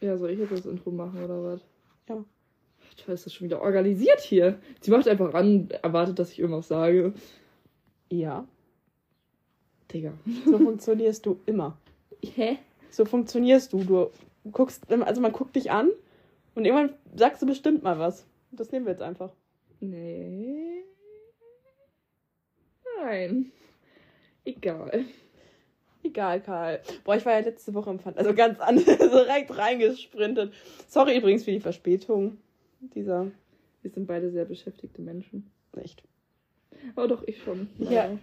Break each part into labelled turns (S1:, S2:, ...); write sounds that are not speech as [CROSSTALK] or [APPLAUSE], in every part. S1: Digga, soll ich jetzt das Intro machen oder was?
S2: Ja.
S1: Toll, ist das schon wieder organisiert hier. Sie macht einfach an, erwartet, dass ich irgendwas sage.
S2: Ja.
S1: Digga.
S2: So funktionierst du immer.
S1: Hä?
S2: So funktionierst du. Du guckst, also man guckt dich an und irgendwann sagst du bestimmt mal was. Das nehmen wir jetzt einfach.
S1: Nee. Nein. Egal.
S2: Egal, Karl. Boah, ich war ja letzte Woche im Pfand. Also ganz [LAUGHS] anders, direkt reingesprintet. Sorry übrigens für die Verspätung dieser.
S1: Wir sind beide sehr beschäftigte Menschen.
S2: Nicht.
S1: Aber doch, ich schon.
S2: Ja.
S1: leider.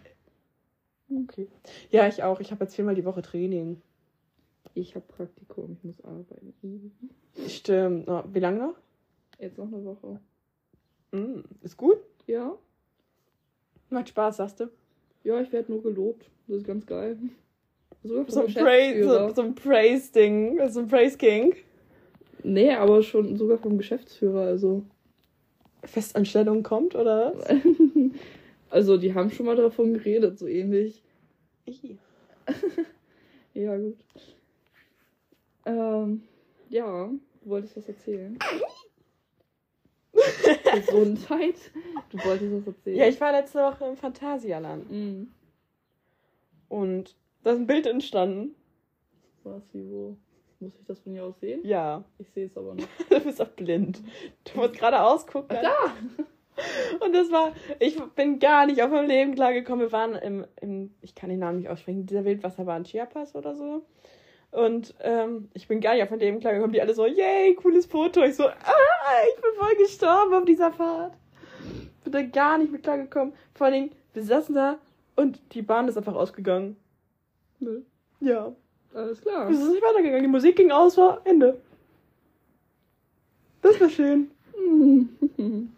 S2: Okay. Ja, ich auch. Ich habe jetzt viermal die Woche Training.
S1: Ich habe Praktikum, ich muss arbeiten.
S2: Stimmt. Na, wie lange noch?
S1: Jetzt noch eine Woche.
S2: Mm, ist gut.
S1: Ja?
S2: Macht Spaß, sagst du.
S1: Ja, ich werde nur gelobt. Das ist ganz geil. Sogar
S2: So
S1: vom
S2: ein, Praise,
S1: Geschäftsführer.
S2: so, so ein Praise-Ding. So ein Praise-King.
S1: Nee, aber schon sogar vom Geschäftsführer, also. [LAUGHS]
S2: Festanstellung kommt, oder?
S1: also, die haben schon mal davon geredet, so ähnlich.
S2: Ih.
S1: Ja, gut. Ähm, ja, du wolltest was erzählen. Gesundheit? Du wolltest was erzählen.
S2: Ja, ich war letzte Woche im Phantasialand.
S1: Mhm.
S2: Und da ist ein Bild entstanden.
S1: Was, wie, wo? Muss ich das von hier aus sehen?
S2: Ja. [LAUGHS]
S1: Ich sehe es aber nicht.
S2: Du bist auch blind. Du musst gerade ausgucken.
S1: Da!
S2: [LAUGHS] Und das war, ich bin gar nicht auf mein Leben klargekommen. Wir waren im, im ich kann den Namen nicht aussprechen, dieser Wildwasserbahn Chiapas oder so. Und ähm, ich bin gar nicht auf mein Leben klargekommen. Die alle so, yay, cooles Foto. Ich so, ah, ich bin voll gestorben auf dieser Fahrt. Bin da gar nicht mit klargekommen. Vor allen Dingen, wir saßen da und die Bahn ist einfach ausgegangen.
S1: Nö.
S2: Ja.
S1: Alles klar.
S2: Es ist nicht weitergegangen. Die Musik ging aus, war Ende. Das war schön. Hm.
S1: Mhm.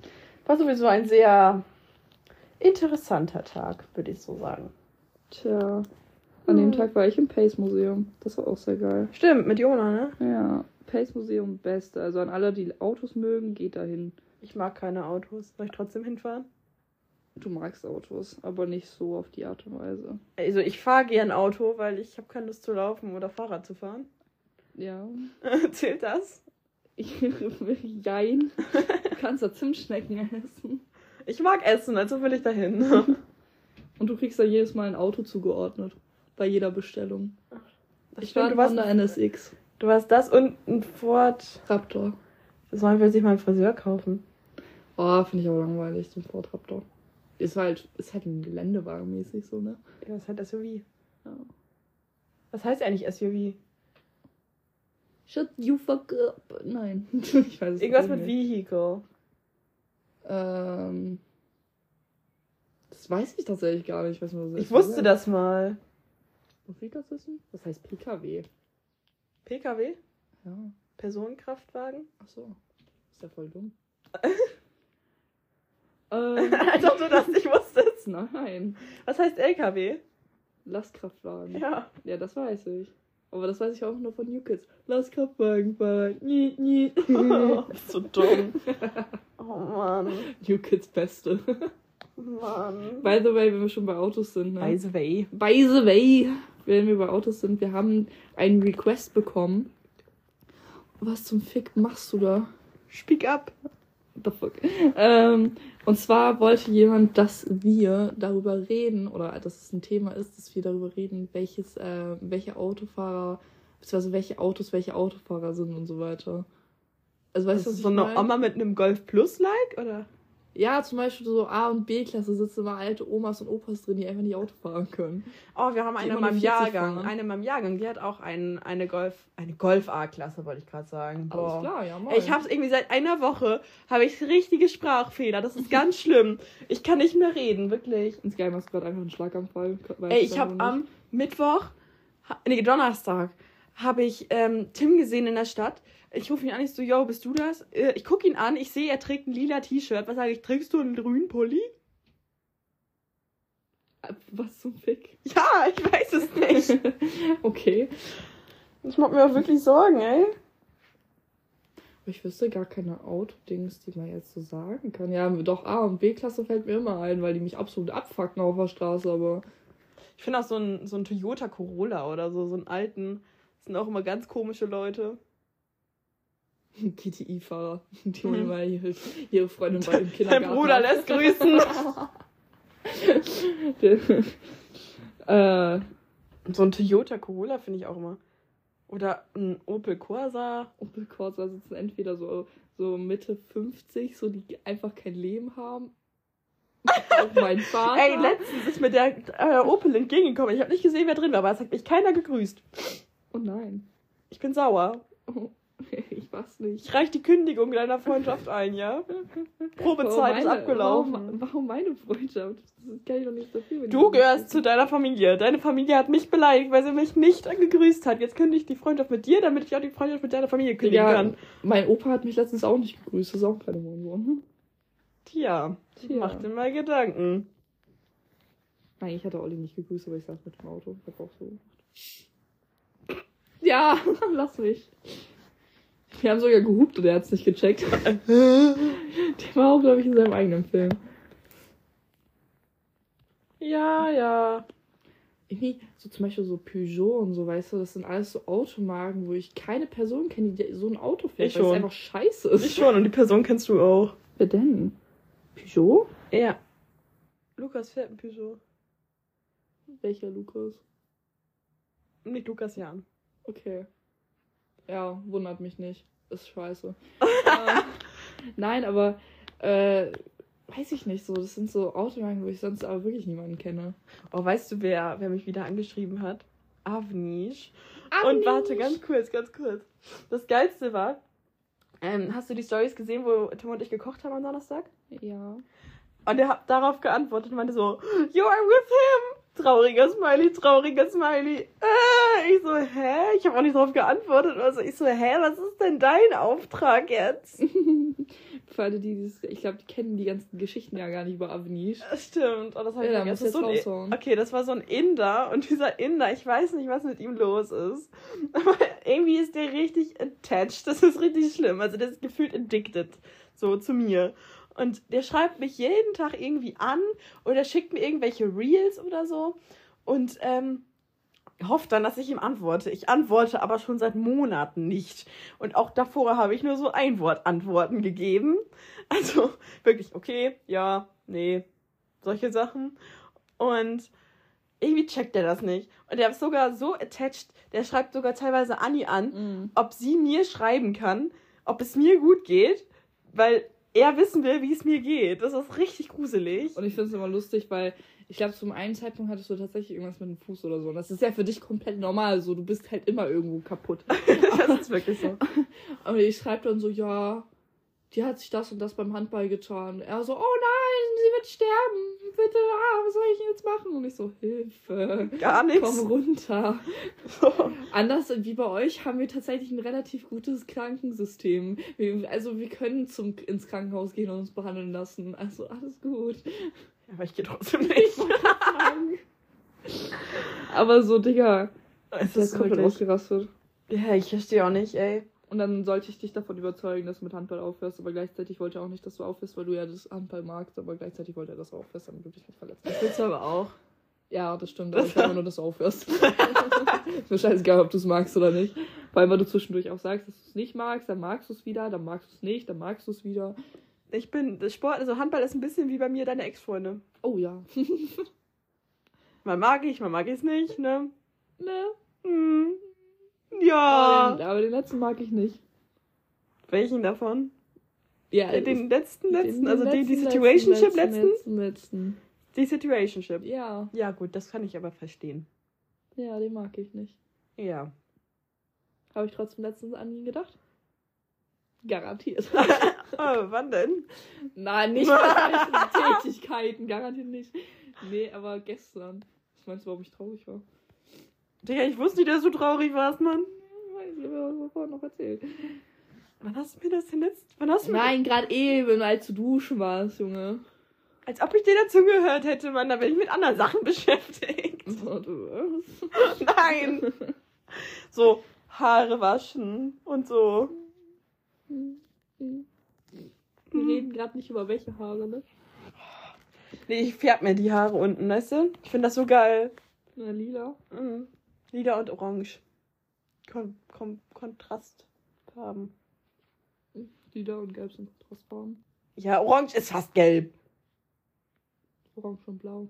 S2: War sowieso ein sehr interessanter Tag, würde ich so sagen.
S1: [LAUGHS] Tja. An
S2: Hm.
S1: dem Tag war ich im Pace Museum. Das war auch sehr geil.
S2: Stimmt, mit Jona, ne?
S1: Ja. Pace Museum beste. Also an alle, die Autos mögen, geht dahin.
S2: Ich mag keine Autos. Soll ich trotzdem hinfahren?
S1: Du magst Autos, aber nicht so auf die Art und Weise.
S2: Also ich fahre gern Auto, weil ich habe keine Lust zu laufen oder Fahrrad zu fahren. [LAUGHS]
S1: Ja. [LAUGHS]
S2: Zählt das?
S1: Jein. Du kannst da Zimtschnecken essen.
S2: Ich mag Essen, also will ich [LAUGHS] dahin.
S1: Und du kriegst da jedes Mal ein Auto zugeordnet. Bei jeder Bestellung. ich
S2: stimmt,
S1: war
S2: du
S1: ein
S2: warst-
S1: Honda NSX.
S2: Du hast das und ein Ford.
S1: Raptor.
S2: Sollen wir sich mal einen Friseur kaufen?
S1: Oh, finde ich aber langweilig, so ein Ford Raptor. Ist halt, ist halt ein Geländewagen mäßig so, ne?
S2: Ja, das ist halt SUV.
S1: Ja.
S2: Was heißt eigentlich SUV?
S1: Shut you fuck up. Nein. [LAUGHS] ich weiß es
S2: Irgendwas
S1: auch
S2: mit
S1: nicht.
S2: Vehicle.
S1: Ähm. Das weiß ich tatsächlich gar nicht. Ich, weiß nur, dass
S2: Ich
S1: es
S2: wusste
S1: gesagt
S2: das mal.
S1: habe. Muss ich das wissen? Das heißt PKW.
S2: PKW?
S1: Ja.
S2: [LAUGHS] Personenkraftwagen?
S1: Ach so. Ist ja voll
S2: [LAUGHS]
S1: dumm. ähm,
S2: Als ob du das nicht wusstest.
S1: nein.
S2: Was heißt LKW?
S1: Lastkraftwagen. Ja.
S2: Ja.
S1: das weiß ich. Aber das weiß ich auch nur von New Kids. Lastkraftwagen fahren. Nie,
S2: [LAUGHS]
S1: nie.
S2: Bist so dumm. [LAUGHS] Oh Mann.
S1: [LAUGHS] New Kids Beste.
S2: Mann.
S1: By the way, wenn wir schon bei Autos sind, ne?
S2: By the way.
S1: By the way, wenn wir bei Autos sind, wir haben einen Request bekommen. Was zum Fick machst du da?
S2: Speak up.
S1: What the fuck? Ähm, und zwar wollte jemand, dass wir darüber reden, oder dass es ein Thema ist, dass wir darüber reden, welches, äh, welche Autofahrer, beziehungsweise welche Autos, welche Autofahrer sind und so weiter. Also weißt
S2: Ist
S1: du,
S2: das
S1: was
S2: so
S1: ich
S2: eine
S1: meine?
S2: Oma mit einem Golf Plus like oder?
S1: Ja, zum Beispiel so A- und B-Klasse sitzen immer alte Omas und Opas drin, die einfach nicht Auto fahren können.
S2: Oh, wir haben
S1: Die
S2: eine in
S1: immer nur
S2: meinem
S1: 40
S2: Jahrgang.
S1: fahren. ne?
S2: Eine in meinem Jahrgang, die hat auch einen, eine Golf eine Golf A Klasse, wollte ich gerade sagen.
S1: Alles
S2: Boah.
S1: klar, ja,
S2: Ey, Ich hab's irgendwie seit einer Woche habe ich richtige Sprachfehler.
S1: [LAUGHS]
S2: Das ist ganz schlimm. Ich kann nicht mehr reden, wirklich.
S1: Ins Geil machst du gerade einfach einen Schlaganfall. weißt
S2: Ey,
S1: du
S2: ich habe
S1: einfach nicht.
S2: am Mittwoch, ha- nee, Donnerstag, habe ich ähm, Tim gesehen in der Stadt. Ich rufe ihn an, ich so, yo, bist du das? Äh, ich gucke ihn an, ich sehe, er trägt ein lila T-Shirt. Was sage ich, trägst du einen grünen Pulli? [LAUGHS]
S1: [LAUGHS] Was zum Fick? [LAUGHS]
S2: Ja, ich weiß es nicht.
S1: okay.
S2: [LAUGHS] ich mache mir auch wirklich Sorgen, ey.
S1: Ich wüsste gar keine Autodings, die man jetzt so sagen kann. Ja, doch A und B-Klasse fällt mir immer ein, weil die mich absolut abfucken auf der Straße, aber. [LAUGHS]
S2: Ich finde auch so ein, so ein Toyota Corolla oder so, so einen alten, das sind auch immer ganz komische Leute.
S1: GTI-Fahrer. [LAUGHS] Die holen immer ihre, ihre Freundin bei dem
S2: Mhm. [LAUGHS] Dein
S1: Kindergarten.
S2: Bruder
S1: ab.
S2: lässt [LAUGHS] grüßen.
S1: [LAUGHS] äh,
S2: so ein Toyota Corolla finde ich auch immer. Oder ein Opel Corsa.
S1: Opel Corsa sitzen entweder so, so Mitte 50, so die einfach kein Leben
S2: [LAUGHS]
S1: haben. Auch mein Vater.
S2: Ey, letztens ist mir der äh, Opel entgegengekommen. Ich habe nicht gesehen, wer drin war, aber es hat mich keiner gegrüßt.
S1: oh nein.
S2: Ich bin sauer.
S1: Oh, ich weiß nicht.
S2: Ich reich die Kündigung deiner Freundschaft ein, ja? Probezeit ist abgelaufen.
S1: Oh, Warum, warum meine Freundschaft? Das kann ich doch nicht dafür. wenn die-
S2: Du gehörst zu deiner Familie. Deine Familie hat mich beleidigt, weil sie mich nicht gegrüßt hat. Jetzt kündige ich die Freundschaft mit dir, damit ich auch die Freundschaft mit deiner Familie kündigen
S1: ja,
S2: kann.
S1: Mein Opa hat mich letztens auch nicht gegrüßt. Das ist auch keine Hm? Wohnung.
S2: Tja,
S1: Tja.
S2: mach dir mal Gedanken.
S1: Nein, ich hatte Olli nicht gegrüßt, aber ich saß mit dem Auto. Ich hab auch so gemacht. Ja, [LAUGHS] lass mich. Wir haben sogar gehupt und er hat's nicht gecheckt. [LAUGHS] Der war auch, glaube ich, in seinem eigenen Film.
S2: [LAUGHS] Ja, ja.
S1: Irgendwie, so zum Beispiel so Peugeot und so, weißt du, das sind alles so Automarken, wo ich keine Person kenne, die so ein Auto fährt,
S2: Ich
S1: weil es
S2: schon.
S1: einfach scheiße
S2: Ich
S1: ist.
S2: schon, und die Person kennst du auch.
S1: Wer denn? Peugeot?
S2: Ja. Lukas fährt ein Peugeot.
S1: Welcher Lukas?
S2: Nicht Lukas Jan.
S1: Okay. Ja, wundert mich nicht. Ist scheiße.
S2: [LAUGHS]
S1: äh, nein, aber äh, weiß ich nicht so. Das sind so Automarken, wo ich sonst aber wirklich niemanden kenne.
S2: Oh, weißt du, wer, wer mich wieder angeschrieben hat? Avnish.
S1: Avnish.
S2: Und warte, ganz kurz, ganz kurz. Das Geilste war, ähm, hast du die Stories gesehen, wo Tim und ich gekocht haben am Donnerstag?
S1: Ja. [LAUGHS]
S2: Und er hat darauf geantwortet und meinte so, You are with him! Trauriger Smiley, trauriger Smiley. Äh, ich so, hä? Ich habe auch nicht drauf geantwortet. Also ich so, hä, was ist denn dein Auftrag jetzt?
S1: Für alle, die dieses, ich glaube, die kennen die ganzen Geschichten ja gar nicht über Avnish.
S2: Das Stimmt, oh, das habe ich
S1: Ja,
S2: vergessen.
S1: musst
S2: Das ist
S1: du
S2: so ein,
S1: jetzt raushauen.
S2: okay, das war so ein Inder und dieser Inder, ich weiß nicht, was mit ihm los ist. Aber irgendwie ist der richtig attached. Das ist richtig schlimm. Also der ist gefühlt addicted. So zu mir. Und der schreibt mich jeden Tag irgendwie an oder schickt mir irgendwelche Reels oder so. Und ähm, hofft dann, dass ich ihm antworte. Ich antworte aber schon seit Monaten nicht. Und auch davor habe ich nur so ein Wort Antworten gegeben. [LAUGHS] Also wirklich, okay, ja, nee, solche Sachen. Und irgendwie checkt er das nicht. Und er ist sogar so attached, der schreibt sogar teilweise Anni an,
S1: Mhm.
S2: ob sie mir schreiben kann, ob es mir gut geht, weil er wissen will, wie es mir geht. Das ist richtig gruselig.
S1: Und ich finde es immer lustig, weil ich glaube, zum einen Zeitpunkt hattest du tatsächlich irgendwas mit dem Fuß oder so. Und das ist ja für dich komplett normal. So, du bist halt immer irgendwo kaputt.
S2: [LAUGHS] das ist wirklich so.
S1: Und ich schreibe dann so, ja, die hat sich das und das beim Handball getan. Er so, oh nein, sie wird sterben. Bitte, ah, was soll ich denn jetzt machen? Und ich so, Hilfe.
S2: Gar
S1: Komm
S2: [LAUGHS] nichts.
S1: runter. Anders wie bei euch haben wir tatsächlich ein relativ gutes Krankensystem. Wir, also wir können zum, ins Krankenhaus gehen und uns behandeln lassen. Also alles
S2: [LAUGHS]
S1: gut.
S2: Aber ich gehe trotzdem nicht.
S1: Aber so, Digga,
S2: Es
S1: der ist komplett
S2: wirklich-
S1: ausgerastet.
S2: Ja, ich verstehe auch nicht, ey.
S1: Und dann sollte ich dich davon überzeugen, dass du mit Handball aufhörst, aber gleichzeitig wollte er auch nicht, dass du aufhörst, weil du ja das Handball magst, aber gleichzeitig wollte er, dass du aufhörst, damit du dich nicht
S2: [LAUGHS]
S1: verletzt.
S2: Das willst du aber auch.
S1: Ja, das stimmt, aber ich will nur, dass du
S2: [LAUGHS]
S1: aufhörst. ist mir scheißegal, ob du es magst oder nicht. Vor allem, weil du zwischendurch auch sagst, dass du es nicht magst, dann magst du es wieder, dann magst du es nicht, dann magst du es wieder.
S2: Ich bin, das Sport, also Handball ist ein bisschen wie bei mir deine Ex-Freunde.
S1: Oh
S2: [LAUGHS]
S1: ja.
S2: Mal mag ich, mal mag ich es nicht, ne?
S1: ne?
S2: Hm.
S1: Aber,
S2: Ja.
S1: den, aber den letzten mag ich nicht.
S2: Welchen davon?
S1: Ja,
S2: Den, den letzten,
S1: den-
S2: letzten,
S1: den
S2: also die, die
S1: letzten,
S2: Situationship letzten,
S1: letzten, letzten?
S2: Die Situationship.
S1: Ja,
S2: Ja, gut, das kann ich aber verstehen.
S1: ja, den mag ich nicht.
S2: [LAUGHS] Ja.
S1: Habe ich trotzdem letztens an ihn gedacht? Garantiert.
S2: Oh, wann denn?
S1: Nein, nicht bei solchen Tätigkeiten, garantiert nicht. Nee, aber gestern. Was meinst du, warum ich traurig war?
S2: Digga, ich wusste nicht, dass du traurig warst, Mann.
S1: Ich weiß nicht, aber was vorher noch erzählt.
S2: Wann hast du mir das denn jetzt? Wann hast du
S1: Nein, gerade eben, als du duschen warst, Junge.
S2: Mir, als ob ich dir dazugehört hätte, Mann. Da bin ich mit anderen Sachen [LAUGHS] beschäftigt.
S1: Und du warst-
S2: Nein. So, Haare waschen und so.
S1: Wir reden gerade nicht über welche Haare, ne?
S2: Nee, ich färb mir die Haare unten, weißt du? Ich finde das so geil.
S1: Na, lila.
S2: Mhm. Lila und Orange. Kon Kon Kontrastfarben.
S1: Mitglieder und gelb sind Kontrastfarben.
S2: Ja, orange ist fast gelb.
S1: Orange und blau.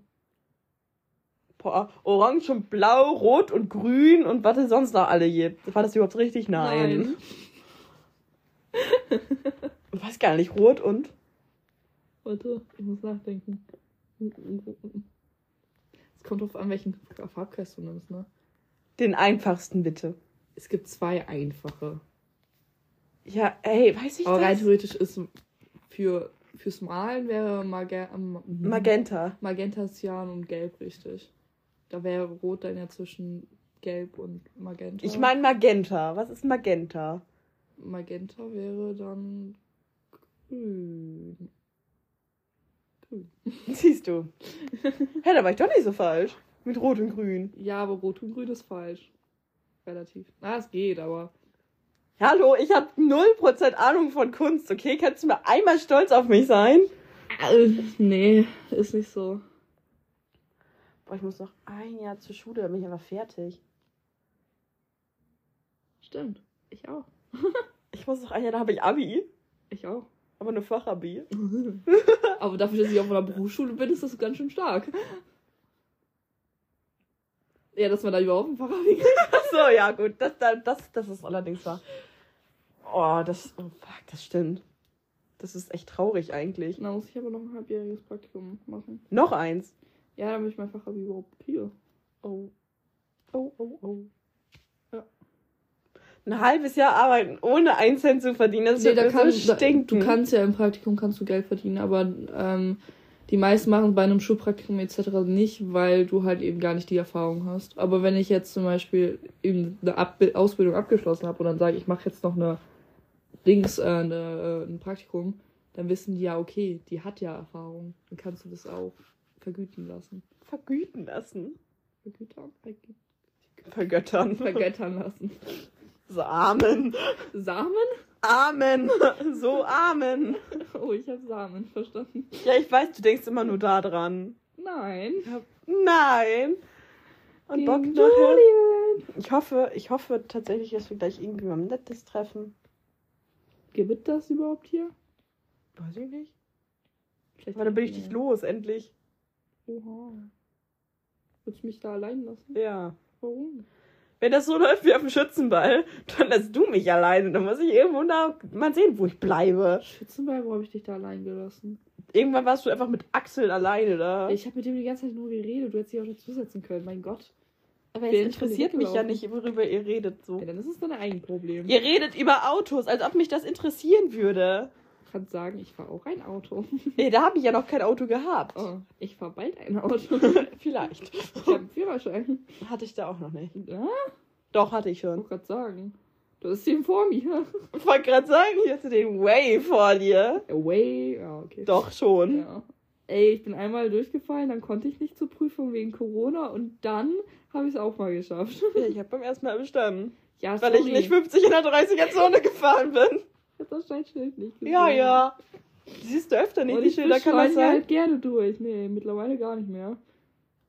S2: Boah, orange und blau, rot und grün und was es sonst noch alle gibt. War das überhaupt richtig? Nein. Ich weiß gar nicht, rot und.
S1: Warte, ich muss nachdenken. Es kommt drauf an, welchen Farbkreis du nimmst, ne?
S2: Den einfachsten bitte.
S1: Es gibt zwei einfache.
S2: Ja, ey, weiß ich
S1: Aber rein
S2: das?
S1: theoretisch ist für, fürs Malen wäre Maga ähm,
S2: Magenta.
S1: Magenta, Cyan und Gelb richtig. Da wäre Rot dann ja zwischen Gelb und Magenta.
S2: Ich meine Magenta. Was ist Magenta?
S1: Magenta wäre dann grün. Grün.
S2: Siehst du. Hä, da war ich doch nicht so falsch. Mit Rot und Grün.
S1: Ja, aber Rot und Grün ist falsch. Relativ. Na, es geht, aber.
S2: Hallo, ich habe 0% Ahnung von Kunst, okay? Kannst du mir einmal stolz auf mich sein?
S1: Äh, nee, ist nicht so.
S2: Boah, ich muss noch ein Jahr zur Schule, dann bin ich aber fertig.
S1: Stimmt. Ich auch.
S2: Ich muss noch ein Jahr, da habe ich Abi.
S1: Ich auch.
S2: Aber nur Fachabi.
S1: aber dafür, dass ich auf einer Berufsschule bin, ist das ganz schön stark. Ja, dass man da überhaupt einen Fahrrad kriegt.
S2: Ach so, ja, gut. Das, das, das, das ist allerdings wahr. Oh, das. Oh, fuck, das stimmt. Das ist echt traurig eigentlich.
S1: Da muss ich aber noch ein halbjähriges Praktikum machen.
S2: Noch eins.
S1: Ja, damit ich mein Fachabi überhaupt kriege.
S2: Oh. Oh, oh, oh.
S1: Ja.
S2: Ein halbes Jahr arbeiten, ohne einen Cent zu verdienen, das
S1: Nee,
S2: wird
S1: da
S2: mir
S1: kann,
S2: so
S1: da,
S2: stinken.
S1: du kannst ja im Praktikum kannst du Geld verdienen, aber ähm, die meisten machen es bei einem Schulpraktikum etc. nicht, weil du halt eben gar nicht die Erfahrung hast. Aber wenn ich jetzt zum Beispiel eben eine Abbi Ausbildung abgeschlossen habe und dann sage, ich mache jetzt noch eine Dings, äh, eine, äh, ein Praktikum, dann wissen die ja, okay, die hat ja Erfahrung. Dann kannst du das auch vergüten lassen.
S2: vergüten lassen.
S1: Vergütern? Vergü-
S2: Vergöttern.
S1: Vergöttern lassen.
S2: [LAUGHS] so Amen.
S1: Samen?
S2: Amen. [LAUGHS] So Amen.
S1: Oh, ich habe Samen verstanden.
S2: Ja, ich weiß, du denkst immer nur da dran.
S1: Nein.
S2: Nein. Und Bock
S1: Gegen
S2: nachher.
S1: Julian.
S2: Ich hoffe, ich hoffe tatsächlich, dass wir gleich irgendwie mal ein nettes treffen.
S1: Gibt das überhaupt hier?
S2: Weiß ich nicht.
S1: Vielleicht
S2: Aber dann bin ich dich los, endlich.
S1: Oha. Willst du mich da allein lassen?
S2: Ja.
S1: Warum?
S2: Wenn das so läuft wie auf dem Schützenball, dann lässt du mich alleine. Dann muss ich irgendwo da mal sehen, wo ich bleibe.
S1: Schützenball, wo habe ich dich da allein gelassen?
S2: Irgendwann warst du einfach mit Axel alleine da.
S1: Ich habe mit dem die ganze Zeit nur geredet. Du hättest dich auch dazusetzen können, mein Gott.
S2: aber
S1: bin
S2: es interessiert
S1: schon
S2: mich ja
S1: weggelaufen.
S2: nicht, worüber ihr redet so.
S1: Ja, dann ist es dein eigenes Problem.
S2: Ihr redet über Autos, als ob mich das interessieren [LAUGHS] würde.
S1: Ich kann sagen, ich fahre auch ein
S2: [LAUGHS]
S1: Auto.
S2: Nee, da habe ich ja noch kein Auto gehabt.
S1: Oh, ich fahre bald ein Auto.
S2: [LAUGHS] Vielleicht.
S1: Ich habe einen Führerschein.
S2: Hatte ich da auch noch nicht.
S1: Ja,
S2: Doch, hatte ich
S1: ich
S2: schon.
S1: wollte gerade sagen. Du hast den vor mir. [LAUGHS]
S2: Ich wollte gerade sagen, hier hast du den Way vor dir.
S1: Away. Ja, okay.
S2: Doch schon.
S1: Ja. Ey, ich bin einmal durchgefallen, dann konnte ich nicht zur Prüfung wegen Corona und dann habe ich es auch mal geschafft.
S2: Ja, [LAUGHS] ich habe beim ersten Mal bestanden.
S1: Ja,
S2: Weil ich
S1: sorry.
S2: nicht 50 in der 30er Zone gefahren bin.
S1: Ich hab das Scheißschild nicht gesehen.
S2: Ja, ja. Siehst du öfter nicht,
S1: Und
S2: die
S1: ich
S2: Schilder kann das
S1: beschleunige
S2: sein.
S1: halt gerne durch. Nee, mittlerweile gar nicht mehr.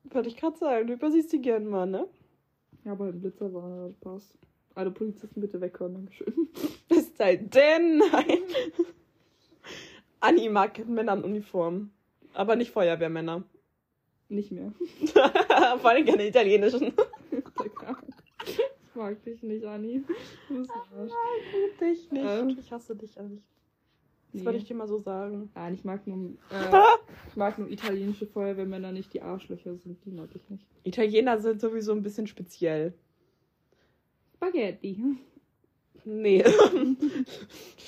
S2: Wollte ich gerade sagen, du übersiehst die gern mal, ne? [LAUGHS]
S1: Ja, aber ein Blitzer war das passt. Alle Polizisten bitte weghören, Dankeschön. [LAUGHS]
S2: Ist halt denn, nein. [LAUGHS] Anni mag Männer in Uniform. Aber nicht Feuerwehrmänner. [LAUGHS]
S1: Nicht mehr. [LAUGHS]
S2: Vor allem gerne italienischen.
S1: ich mag dich nicht, Anni. Du bist ein Arsch.
S2: dich nicht.
S1: Ähm.
S2: Ich hasse dich, Anni. Das wollte
S1: Nee.
S2: ich dir mal so sagen.
S1: Nein, ich mag nur, äh, ich mag nur italienische Feuerwehrmänner nicht, die Arschlöcher sind. Die mag ich nicht.
S2: Italiener sind sowieso ein bisschen speziell.
S1: Spaghetti.
S2: [LAUGHS] Nee.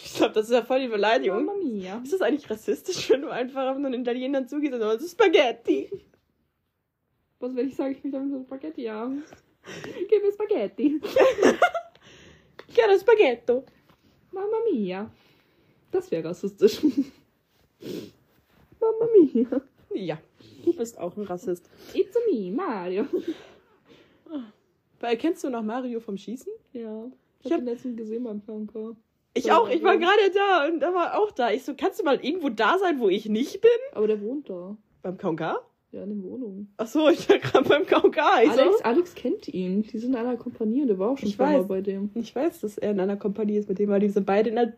S2: ich glaube, das ist ja voll die Beleidigung.
S1: Mamma mia.
S2: Ist das eigentlich rassistisch, wenn du einfach auf einen Italiener zugehst und sagst, Spaghetti?
S1: Was, wenn ich sage, ich möchte damit Spaghetti haben? Gib mir Spaghetti.
S2: Chiaro Spaghetto.
S1: Mamma mia. Das wäre rassistisch. [LAUGHS] Mamma mia.
S2: Ja, du bist auch ein Rassist.
S1: It's me, Mario.
S2: Weil, kennst du noch Mario vom Schießen?
S1: Ja. Ich,
S2: Ich
S1: hab
S2: hab-
S1: den letzten gesehen beim Fernseher.
S2: Ich auch, ich war gerade da und er war auch da. Ich so, kannst du mal irgendwo da sein, wo ich nicht bin?
S1: Aber der wohnt da.
S2: Beim Konka?
S1: Ja, in der Wohnung.
S2: Ach so, [LAUGHS] ich war gerade beim also. Konka. Ich,
S1: Alex,
S2: so,
S1: Alex kennt ihn. Die sind in einer Kompanie und der war auch schon
S2: Ich
S1: zweimal
S2: weiß.
S1: bei dem.
S2: ich weiß, dass er in einer Kompanie ist, mit dem weil die sind beide in der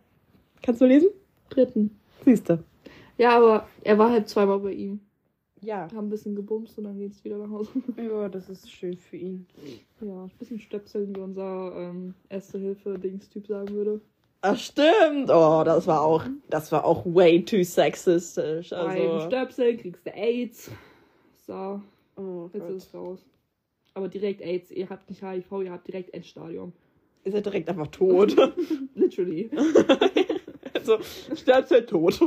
S2: Kannst du lesen?
S1: Dritten.
S2: Siehste.
S1: Ja, aber er war halt zweimal bei ihm.
S2: Ja.
S1: Haben ein bisschen gebumst und dann geht's wieder nach [LAUGHS] Hause.
S2: Ja, das ist schön für ihn.
S1: Ja, ein bisschen stöpseln, wie unser ähm, Erste-Hilfe-Dings-Typ sagen würde.
S2: Ach stimmt. Oh, das war auch, das war auch way too sexistisch.
S1: Beim
S2: Also.
S1: Stöpseln kriegst du AIDS. So,
S2: Oh
S1: jetzt
S2: Gott.
S1: ist es raus. Aber direkt AIDS. Ihr habt nicht HIV, ihr habt direkt Endstadium.
S2: Ist er direkt einfach tot. [LAUGHS]
S1: [LAUGHS] Literally.
S2: also, [LAUGHS] stirbt halt tot.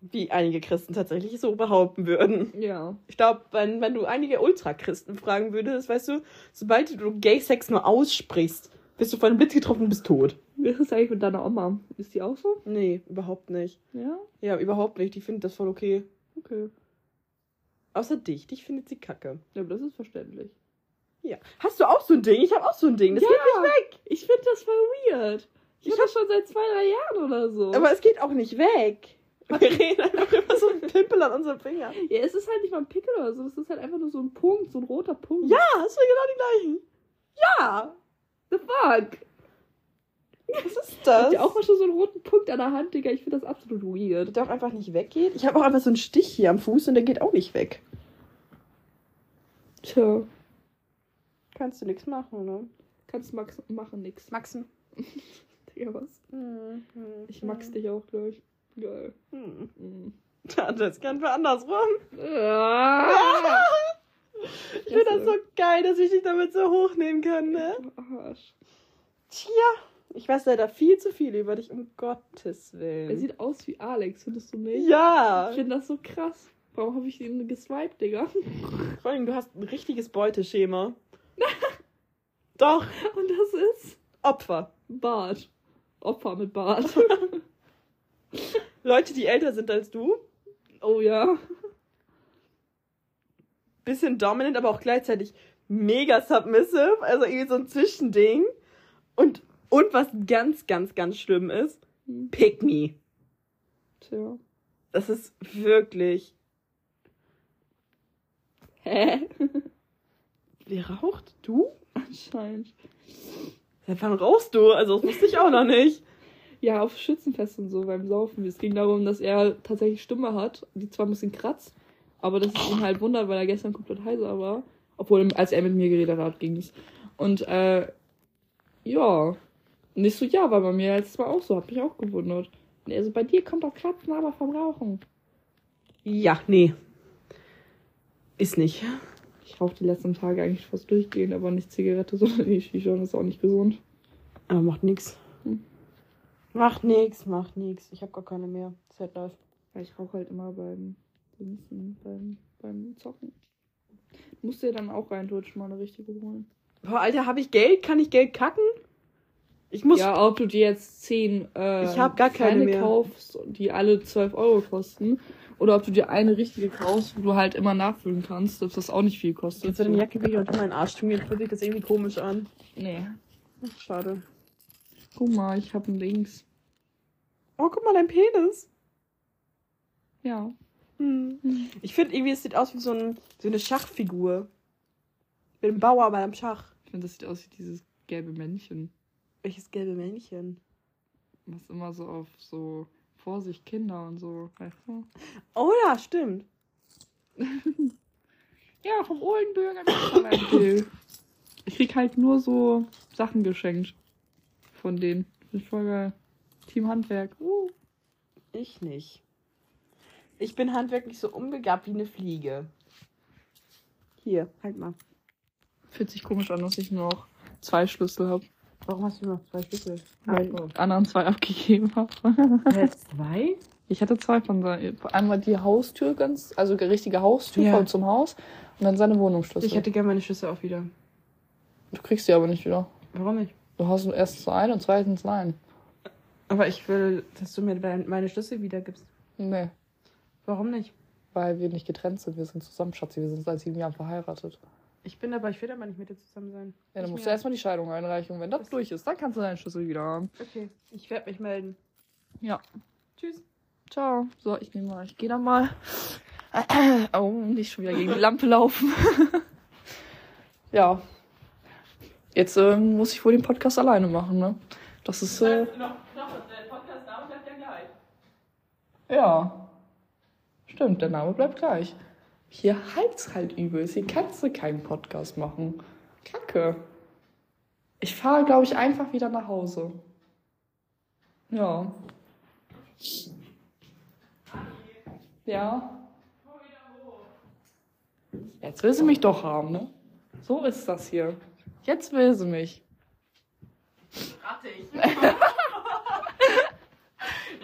S2: Wie einige Christen tatsächlich so behaupten würden.
S1: Ja.
S2: Ich glaube, wenn, wenn du einige Ultrachristen fragen würdest, weißt du, sobald du Gay-Sex nur aussprichst, bist du von einem Blitz getroffen und bist tot.
S1: Wie ist es eigentlich mit deiner Oma? Ist die auch so?
S2: Nee, überhaupt nicht.
S1: Ja?
S2: Ja, überhaupt nicht. Die findet das voll okay.
S1: Okay.
S2: Außer dich. Dich findet sie kacke.
S1: Ja, aber das ist verständlich.
S2: Ja. Hast du auch so ein Ding? Ich habe auch so ein Ding. Das geht nicht weg.
S1: Ich finde das voll weird. Ich
S2: Ich
S1: hab das schon seit zwei, drei Jahren oder so.
S2: Aber es geht auch nicht weg. Wir reden [LAUGHS] einfach über so einen Pimpel an unserem Finger.
S1: ja, es ist halt nicht mal ein Pickel oder so. Es ist halt einfach nur so ein Punkt, so ein roter Punkt.
S2: Ja, hast du genau die gleichen. Ja.
S1: The fuck?
S2: Was ist
S1: Ich
S2: das?
S1: hab ja auch mal schon so einen roten Punkt an der Hand, Digga. Ich finde das absolut weird.
S2: der auch einfach nicht weggeht. Ich habe auch einfach so einen Stich hier am Fuß und der geht auch nicht weg.
S1: Tja.
S2: Kannst du nichts machen, ne?
S1: Kannst Max machen nix.
S2: Maxen.
S1: Digga, was?
S2: Mhm.
S1: Ich max dich auch gleich. Geil.
S2: [LAUGHS] Hm.
S1: Mhm.
S2: Das kann wir andersrum.
S1: Ah!
S2: [LAUGHS] Ich finde das so geil, dass ich dich damit so hochnehmen kann, [LAUGHS] ne?
S1: Du Arsch.
S2: Tja. Ich weiß leider viel zu viel über dich, um Gottes
S1: Er
S2: Willen.
S1: sieht aus wie Alex, findest du nicht?
S2: Ja.
S1: Ich finde das so krass. Warum habe ich ihn geswiped, Digga? [LAUGHS]
S2: Vor allem, du hast ein richtiges [LAUGHS] Beuteschema. Doch,
S1: Und das ist
S2: Opfer.
S1: Bart. Opfer mit
S2: [LAUGHS]
S1: Bart.
S2: Leute, die älter sind als du.
S1: Oh ja.
S2: Bisschen dominant, aber auch gleichzeitig mega submissive. Also irgendwie so ein Zwischending. Und, und was ganz, ganz, ganz schlimm ist,
S1: Hm,
S2: pick me.
S1: Tja.
S2: Das ist wirklich.
S1: Hä? [LAUGHS]
S2: Wer raucht? Du?
S1: Anscheinend.
S2: Seit wann rauchst du? Also, das wusste ich auch noch nicht.
S1: Ja, auf Schützenfest und so beim Saufen. Es ging darum, dass er tatsächlich Stimme hat, die zwar ein bisschen kratzt, aber das ist ihn halt wundert, weil er gestern komplett heiser war. Obwohl, als er mit mir geredet hat, ging es. Und äh, ja. Nicht so, ja, war bei mir letztes Mal auch so, hat mich auch gewundert. Und er so, bei dir kommt doch Kratzen, aber vom Rauchen.
S2: Ja, nee. Ist nicht.
S1: Ich rauche die letzten Tage eigentlich fast durchgehend, aber nicht Zigarette, [LAUGHS] sondern die Shisha und das ist auch nicht gesund.
S2: Aber macht nix.
S1: Hm.
S2: Macht nix, macht nix. Ich habe gar keine mehr. Sad life.
S1: Ja, ich rauche halt immer beim Dingsen, beim, beim Zocken. Musst dir dann auch reinrutschen, mal eine richtige holen.
S2: Boah, Alter, habe ich Geld? Kann ich Geld kacken? Ich muss.
S1: ja, ob du dir jetzt 10 äh,
S2: Ich hab gar keine mehr.
S1: kaufst, die alle 12 Euro kosten, oder ob du dir eine richtige kaufst, wo du halt immer nachfüllen kannst, dass das auch nicht viel kostet.
S2: Jetzt wird eine Jacke wieder unter meinen Arsch tun. Jetzt fühlt sich das irgendwie komisch an.
S1: Nee.
S2: Ach, schade.
S1: Guck mal, ich hab ein Links.
S2: Oh, guck mal, dein Penis.
S1: Ja.
S2: Hm.
S1: Hm.
S2: Ich finde irgendwie, es sieht aus wie so, ein, so eine Schachfigur. Mit einem Bauer bei einem Schach.
S1: Ich finde, das sieht aus wie dieses gelbe Männchen,
S2: Welches gelbe Männchen.
S1: was immer so auf so Vorsicht Kinder und so, weißt du?
S2: Oh ja, stimmt.
S1: Ja, vom Ohlenbürger Kanzlerweinkill. Ich krieg halt nur so Sachen geschenkt. Von denen. Ich folge Team Handwerk. Uh.
S2: Ich nicht. Ich bin handwerklich so unbegabt wie eine Fliege. Hier, halt mal.
S1: Fühlt sich komisch an, dass ich nur noch zwei Schlüssel habe.
S2: Warum hast du noch zwei Schlüssel?
S1: Weil ich die anderen zwei [LAUGHS] abgegeben habe.
S2: zwei?
S1: Ich hatte zwei von seinen. Einmal die Haustür ganz, also die richtige Haustür
S2: Ja.
S1: von zum Haus und dann seine Wohnungsschlüssel.
S2: Ich hätte gerne meine Schlüssel auch wieder.
S1: du kriegst sie aber nicht wieder.
S2: Warum nicht?
S1: Du hast nur erstens einen und zweitens nein.
S2: Aber ich will, dass du mir dein- meine Schlüssel wiedergibst.
S1: Nee.
S2: Warum nicht?
S1: Weil wir nicht getrennt sind, wir sind zusammen, Schatzi. Wir sind seit sieben Jahren verheiratet.
S2: Ich bin dabei, ich will aber nicht mit dir zusammen sein.
S1: Ja, dann
S2: Ich
S1: musst du
S2: mir-
S1: erstmal die Scheidung einreichen. Und wenn das
S2: Das-
S1: durch ist, dann kannst du deinen Schlüssel wieder haben.
S2: Okay, ich werde mich melden.
S1: Ja.
S2: Tschüss.
S1: Ciao. So, ich nehme mal. Ich gehe dann mal. [CLEARS THROAT] Oh, nicht schon wieder gegen die Lampe laufen. [LAUGHS] ja. Jetzt ähm, muss ich wohl den Podcast alleine machen, ne? Das ist. Äh,
S2: Noch, noch,
S1: Ja. Stimmt, der Name bleibt gleich. Hier halt's halt übelst. Hier kannst du keinen Podcast machen. Kacke. Ich fahre, glaube ich, einfach wieder nach Hause. Ja. Ja. Jetzt will sie mich doch haben, ne? So ist das hier. Jetzt will sie mich.
S2: Rattig. [LAUGHS]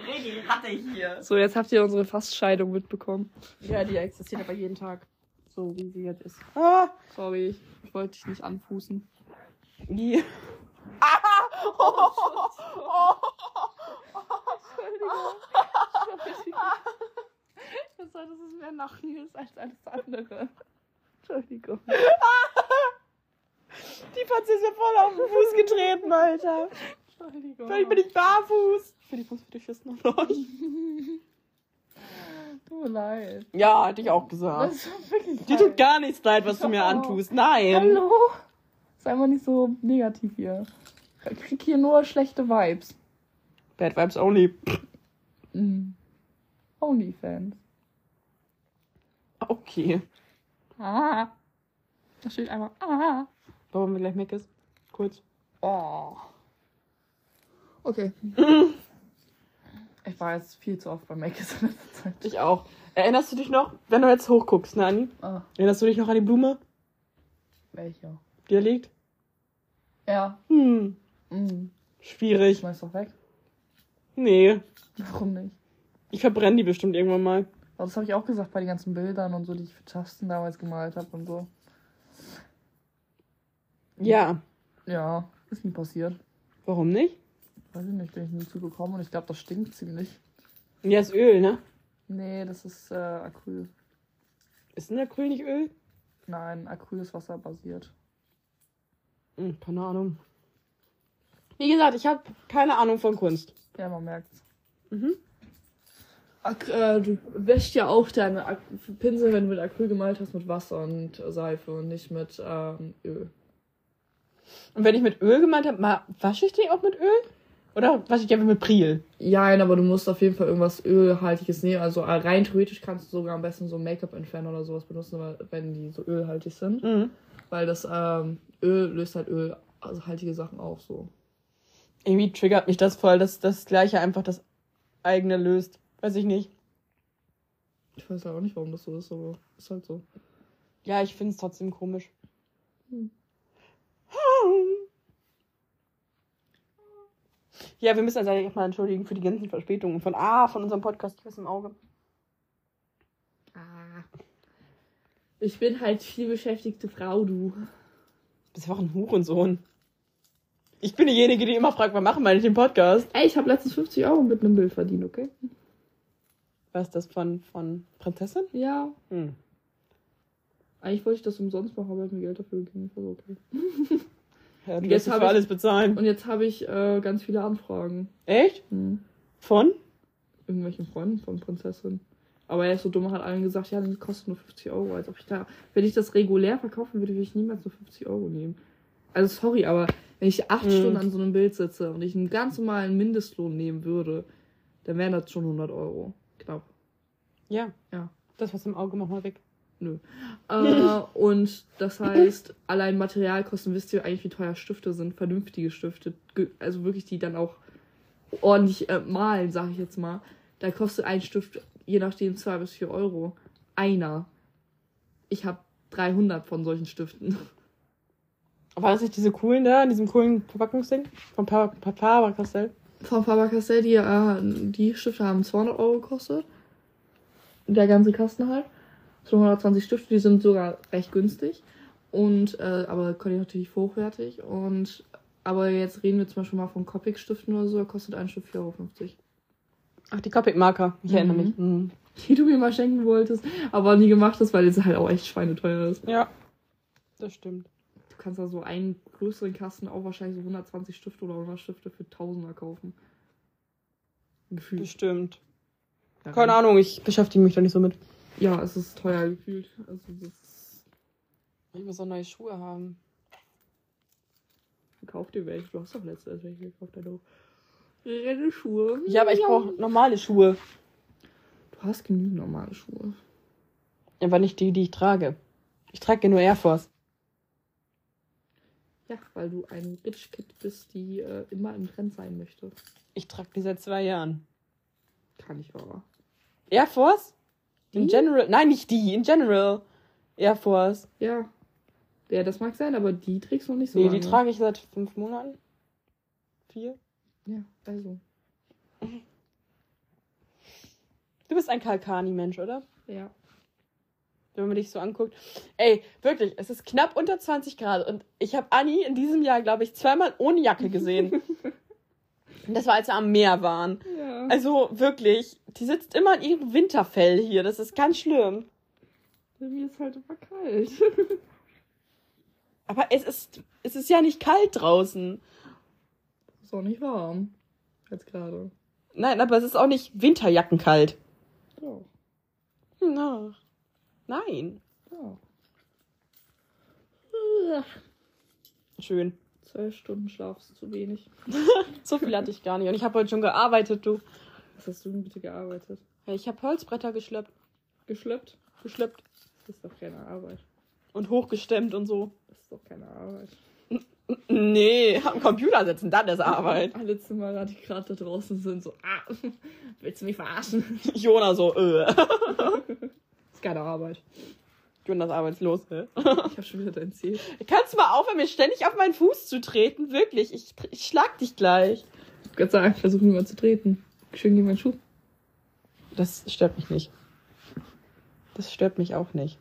S2: Regi, rattig hier.
S1: So, jetzt habt ihr unsere Fastscheidung mitbekommen.
S2: Ja, die existiert aber jeden Tag. So wie sie jetzt ist. Ah!
S1: Sorry, ich wollte dich nicht anfußen.
S2: Die. [LAUGHS] Ah! Oh, oh,
S1: Entschuldigung. Ich weiß, dass es mehr Lachen ist als alles andere. Entschuldigung.
S2: Die Patze ist mir voll auf den Fuß getreten, Alter.
S1: Entschuldigung.
S2: Vielleicht bin ich barfuß. Ich bin die Fußfetischisten von euch.
S1: Tut mir leid.
S2: Ja, hätte ich auch gesagt.
S1: Das ist wirklich
S2: Dir tut gar nichts leid, was du mir
S1: Oh.
S2: antust. Nein.
S1: Hallo? Sei mal nicht so negativ hier. Ich krieg hier nur schlechte Vibes.
S2: Bad Vibes only.
S1: Mhm. Onlyfans.
S2: Okay.
S1: Ah. Da steht einmal ah.
S2: Wollen wir gleich Meckes? Kurz.
S1: Oh. Okay. Ich war jetzt viel zu oft bei Macis in letzter Zeit.
S2: Ich auch. Erinnerst du dich noch, wenn du jetzt hochguckst, ne, Anni?
S1: Ah,
S2: Erinnerst du dich noch an die Blume,
S1: welche?
S2: die da liegt?
S1: Ja.
S2: Hm,
S1: Mhm. Ich
S2: schwierig.
S1: schmeiß doch weg.
S2: Nee,
S1: Warum nicht?
S2: ich verbrenne die bestimmt irgendwann mal.
S1: Aber Das habe ich auch gesagt bei den ganzen Bildern und so, die ich für Tasten damals gemalt habe und so.
S2: Ja,
S1: Ja, ist nie passiert.
S2: warum nicht?
S1: Weiß ich nicht, bin ich nie zugekommen und ich glaube, das stinkt ziemlich.
S2: Ja, ist Öl, ne?
S1: Nee, das ist äh, Acryl.
S2: Ist denn Acryl nicht Öl?
S1: Nein, Acryl ist wasserbasiert.
S2: Hm, keine Ahnung. Wie gesagt, ich habe keine Ahnung von Kunst.
S1: Ja, man merkt's.
S2: Mhm.
S1: Ac äh, du wäschst ja auch deine Ac Pinsel, wenn du mit Acryl gemalt hast, mit Wasser und Seife und nicht mit ähm, Öl.
S2: Und wenn ich mit Öl gemeint habe, mal wasche ich die auch mit Öl? Oder wasche ich die einfach mit Priel?
S1: Ja, nein, aber du musst auf jeden Fall irgendwas Ölhaltiges nehmen. Also äh, rein theoretisch kannst du sogar am besten so Make-up-Entferner oder sowas benutzen, weil- wenn die so ölhaltig sind.
S2: Mhm.
S1: Weil das ähm, Öl löst halt ölhaltige Sachen auf so.
S2: Irgendwie triggert mich das voll, dass das Gleiche einfach das eigene löst. Weiß ich nicht.
S1: Ich weiß halt auch nicht, warum das so ist, aber ist halt so.
S2: Ja, ich find's trotzdem komisch.
S1: Hm.
S2: Ja, wir müssen uns eigentlich mal entschuldigen für die ganzen Verspätungen von ah, von unserem Podcast Kiss im Auge.
S1: Ah. Ich bin halt viel beschäftigte Frau, du.
S2: Du bist einfach ein Hurensohn. Ich bin diejenige, die immer fragt, wann machen wir eigentlich den Podcast?
S1: Ey, ich habe letztens 50 Euro mit einem Bild verdient, okay?
S2: Was das von von Prinzessin?
S1: Ja.
S2: Hm.
S1: Eigentlich wollte ich das umsonst machen, aber ich hab mir Geld dafür gegeben. Also okay.
S2: Ja, du
S1: Jetzt
S2: lässt dich
S1: hab
S2: für
S1: ich-
S2: alles bezahlen.
S1: Und jetzt habe ich äh, ganz viele Anfragen.
S2: Echt?
S1: Hm.
S2: Von?
S1: Irgendwelchen Freunden von Prinzessin. Aber er ist so dumm, hat allen gesagt, ja, das kostet nur 50 Euro. Als ob ich da, wenn ich das regulär verkaufen würde, würde ich niemals nur 50 Euro nehmen. Also sorry, aber wenn ich acht
S2: Hm.
S1: Stunden an so einem Bild sitze und ich einen ganz normalen Mindestlohn nehmen würde, dann wären das schon 100 Euro. Knapp.
S2: Ja.
S1: Ja.
S2: Das was im Auge mach mal weg.
S1: Äh, und das heißt, allein Materialkosten wisst ihr eigentlich, wie teuer Stifte sind, vernünftige Stifte, ge- also wirklich die dann auch ordentlich äh, malen, sag ich jetzt mal. Da kostet ein Stift je nachdem zwei bis vier Euro. Einer. Ich habe 300 von solchen Stiften.
S2: War das nicht diese coolen da, in diesem coolen Verpackungsding? Von Pa- Pa- Faber Castell?
S1: Von Faber-Castell, die, äh, die Stifte haben 200 Euro gekostet. Der ganze Kasten halt. So 120 Stifte, die sind sogar recht günstig. Und, äh, aber qualitativ hochwertig. Und, aber jetzt reden wir zum Beispiel mal von Copic-Stiften oder so, da kostet ein Stift 4,50 Euro.
S2: Ach, die Copic-Marker. Ich erinnere
S1: Mhm.
S2: mich. Mhm.
S1: Die du mir mal schenken wolltest, aber nie gemacht hast, weil jetzt halt auch echt schweineteuer ist.
S2: Ja, das stimmt.
S1: Du kannst da so einen größeren Kasten auch wahrscheinlich so 120 Stifte oder 100 Stifte für Tausender kaufen.
S2: Hm.
S1: Gefühlt.
S2: Bestimmt. Keine Ahnung, ich beschäftige mich da nicht so mit.
S1: Ja, es ist teuer gefühlt. Also, das ist
S2: Ich muss auch neue Schuhe haben.
S1: Kauf dir welche. Du hast doch letztens welche gekauft, deine Renneschuhe.
S2: Ja, aber ich brauche normale Schuhe.
S1: Du hast genügend normale Schuhe.
S2: Aber nicht die, die ich trage. Ich trage ja nur Air Force.
S1: Ja, weil du ein Rich Kid bist, die äh, immer im Trend sein möchte.
S2: Ich trage die seit zwei Jahren.
S1: Kann ich aber.
S2: Air Force? In
S1: Die?
S2: General. Nein, nicht die. In General. Air Force.
S1: Ja. Ja, das mag sein, aber die trägst du noch nicht so
S2: nee,
S1: lange.
S2: die trage ich seit fünf Monaten. Vier.
S1: Ja, also.
S2: Du bist ein Kalkani-Mensch, oder?
S1: Ja.
S2: wenn man dich so anguckt. Ey, wirklich, es ist knapp unter 20 Grad und ich habe Anni in diesem Jahr, glaube ich, zweimal ohne Jacke [LAUGHS] gesehen. Und das war, als wir am Meer waren.
S1: Ja.
S2: Also wirklich, die sitzt immer in ihrem Winterfell hier. Das ist ganz schlimm.
S1: mir ist halt immer kalt. [LAUGHS]
S2: Aber es ist, es ist ja nicht kalt draußen.
S1: ist auch nicht warm. Jetzt gerade.
S2: Nein, aber es ist auch nicht winterjackenkalt.
S1: Ja.
S2: Hm, Na, nein.
S1: Ja.
S2: Schön.
S1: Zwei Stunden Schlaf ist zu wenig.
S2: So viel hatte ich gar nicht. Und ich habe heute schon gearbeitet, du.
S1: Was hast du denn bitte gearbeitet?
S2: Ich habe Holzbretter geschleppt,
S1: Geschleppt?
S2: geschleppt
S1: Das ist doch keine Arbeit.
S2: und hochgestemmt und so.
S1: Das ist doch keine Arbeit.
S2: Nee, am Computer sitzen, dann ist Arbeit. [LAUGHS]
S1: Alle Zimmerer, die gerade da draußen sind, so, ah, [LAUGHS] willst du mich verarschen?
S2: Jona so, äh. [LAUGHS]
S1: ist keine Arbeit.
S2: Jonas arbeitslos. Äh.
S1: Ich habe schon wieder dein Ziel.
S2: Kannst du mal aufhören, mir ständig auf meinen Fuß zu treten? Wirklich, ich, tr- ich schlag dich gleich.
S1: Gott sei Dank, versuch niemand zu treten. Schön gegen meinen Schuh.
S2: Das stört mich nicht. Das stört mich auch nicht.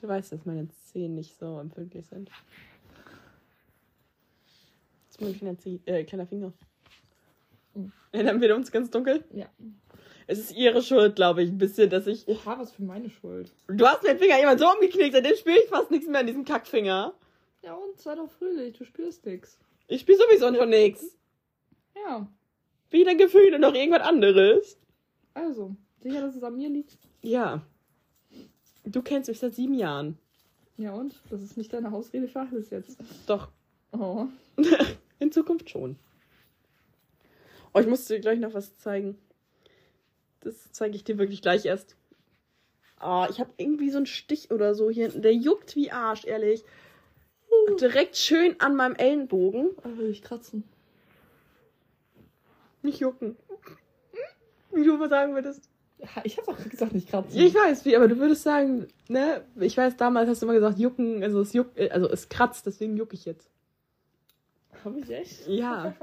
S2: Du weißt, dass meine Zehen nicht so empfindlich sind. Das ist mein kleiner, Zeh, äh, kleiner Finger.
S1: Mhm.
S2: Erinnern wir uns ganz dunkel?
S1: Ja.
S2: Es ist ihre Schuld, glaube ich, ein bisschen, dass ich
S1: Oha, was für meine Schuld.
S2: Du hast mir den Finger jemand so umgeknickt, seitdem spüre ich fast nichts mehr an diesem Kackfinger.
S1: Ja, und sei doch fröhlich, du spürst nix.
S2: Ich spüre sowieso schon nichts.
S1: Ja,
S2: Weder Gefühle noch irgendwas anderes.
S1: also, sicher, dass es an mir liegt.
S2: Ja. Du kennst mich seit sieben Jahren.
S1: Ja, und? Das ist nicht deine Ausrede für alles jetzt.
S2: Doch,
S1: Oh.
S2: in Zukunft schon. Oh, ich muss dir gleich noch was zeigen. Das zeige ich dir wirklich gleich erst. Ah, ich habe irgendwie so einen Stich oder so hier hinten. Der juckt wie Arsch, ehrlich. Direkt schön an meinem Ellenbogen.
S1: Ah, will ich kratzen.
S2: Nicht jucken. Wie du mal sagen würdest.
S1: Ja, Ich hab's auch gesagt, nicht kratzen.
S2: Ja, Ich weiß, wie, aber du würdest sagen, ne? Ich weiß, damals hast du immer gesagt, jucken, also es juckt, äh, also es kratzt, deswegen juck ich jetzt.
S1: Hab ich echt?
S2: Ja. [LAUGHS]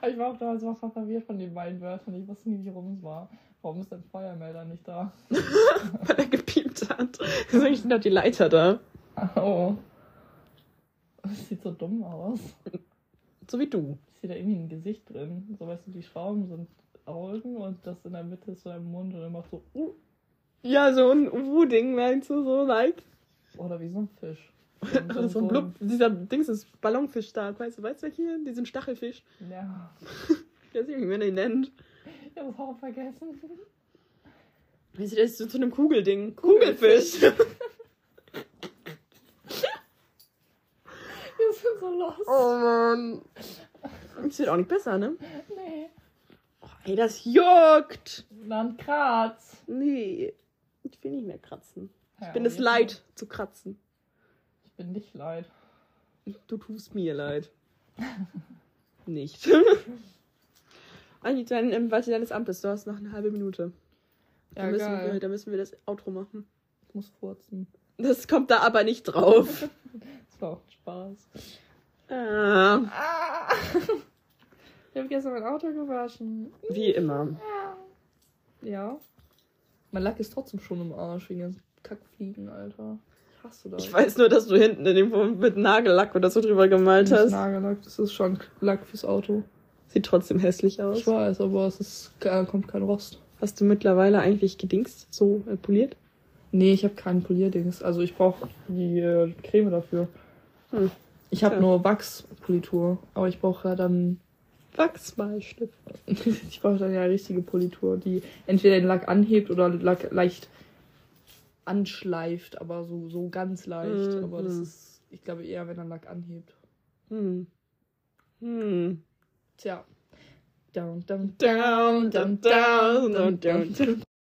S1: Aber [LAUGHS] ich war auch damals war verwirrt von den beiden Wörtern. Ich wusste nie, warum es war. Warum ist dein Feuermelder nicht da? [LAUGHS]
S2: Weil er gepiept hat. Deswegen steht noch die Leiter da.
S1: Oh. Das sieht so dumm aus.
S2: So wie du.
S1: Ist hier da irgendwie ein Gesicht drin? So weißt du, die Schrauben sind Augen und das in der Mitte ist so ein Mund und er macht so, uh.
S2: Ja, so ein Uhu-Ding, meinst du, so like.
S1: Oder wie so ein
S2: [LAUGHS]
S1: Fisch. Und
S2: Also so ein Blub, dieser Dings ist Ballonfisch da, weißt du, weißt du hier? Diesen Stachelfisch.
S1: Ja.
S2: Ich weiß nicht, wie man den nennt.
S1: Ich hab's auch vergessen. [LAUGHS]
S2: Weißt du, das ist so zu einem Kugelding. Kugelfisch. [LAUGHS]
S1: Wir sind so lost.
S2: oh Mann. Das wird auch nicht besser, ne?
S1: Nee.
S2: Oh, ey, das juckt.
S1: Land Graz.
S2: Nee. Ich will nicht mehr kratzen.
S1: Ja,
S2: Ich bin es
S1: jetzt-
S2: leid zu kratzen.
S1: Ich bin nicht leid.
S2: Du tust
S1: [LAUGHS]
S2: mir leid. Nicht. [LAUGHS] Anni, dann ähm, warte deines Amtes. Du hast noch eine halbe Minute.
S1: Ja,
S2: dann, müssen
S1: geil.
S2: Wir, dann müssen wir das Outro machen.
S1: Ich muss furzen.
S2: Das kommt da aber nicht
S1: [LAUGHS]
S2: drauf.
S1: Das war auch Spaß.
S2: ah,
S1: Ah! Ich habe gestern mein Auto gewaschen.
S2: wie immer.
S1: Ja. Mein Lack ist trotzdem schon im Arsch wegen den Kackfliegen, Alter. Ich hasse das.
S2: Ich weiß nur, dass du hinten in dem Wurm mit Nagellack oder so drüber gemalt
S1: das ist
S2: hast.
S1: Nagellack, das ist schon Lack fürs Auto.
S2: Sieht trotzdem hässlich aus.
S1: Ich weiß, aber es ist, äh, kommt kein Rost.
S2: Hast du mittlerweile eigentlich gedingst, so äh, poliert?
S1: Nee, ich habe keinen Polierdings. Also ich brauche die äh, Creme dafür.
S2: Hm.
S1: Ich habe
S2: Ja.
S1: nur Wachspolitur, aber ich brauche ja dann
S2: Wachsmalstift.
S1: ich brauche dann ja eine richtige Politur, die entweder den Lack anhebt oder Lack leicht anschleift, aber so, so ganz leicht.
S2: Mhm.
S1: Aber das ist, ich glaube, eher, wenn er Lack anhebt.
S2: Hm. Hm.
S1: Tja. down, down, down, down, down, down, down.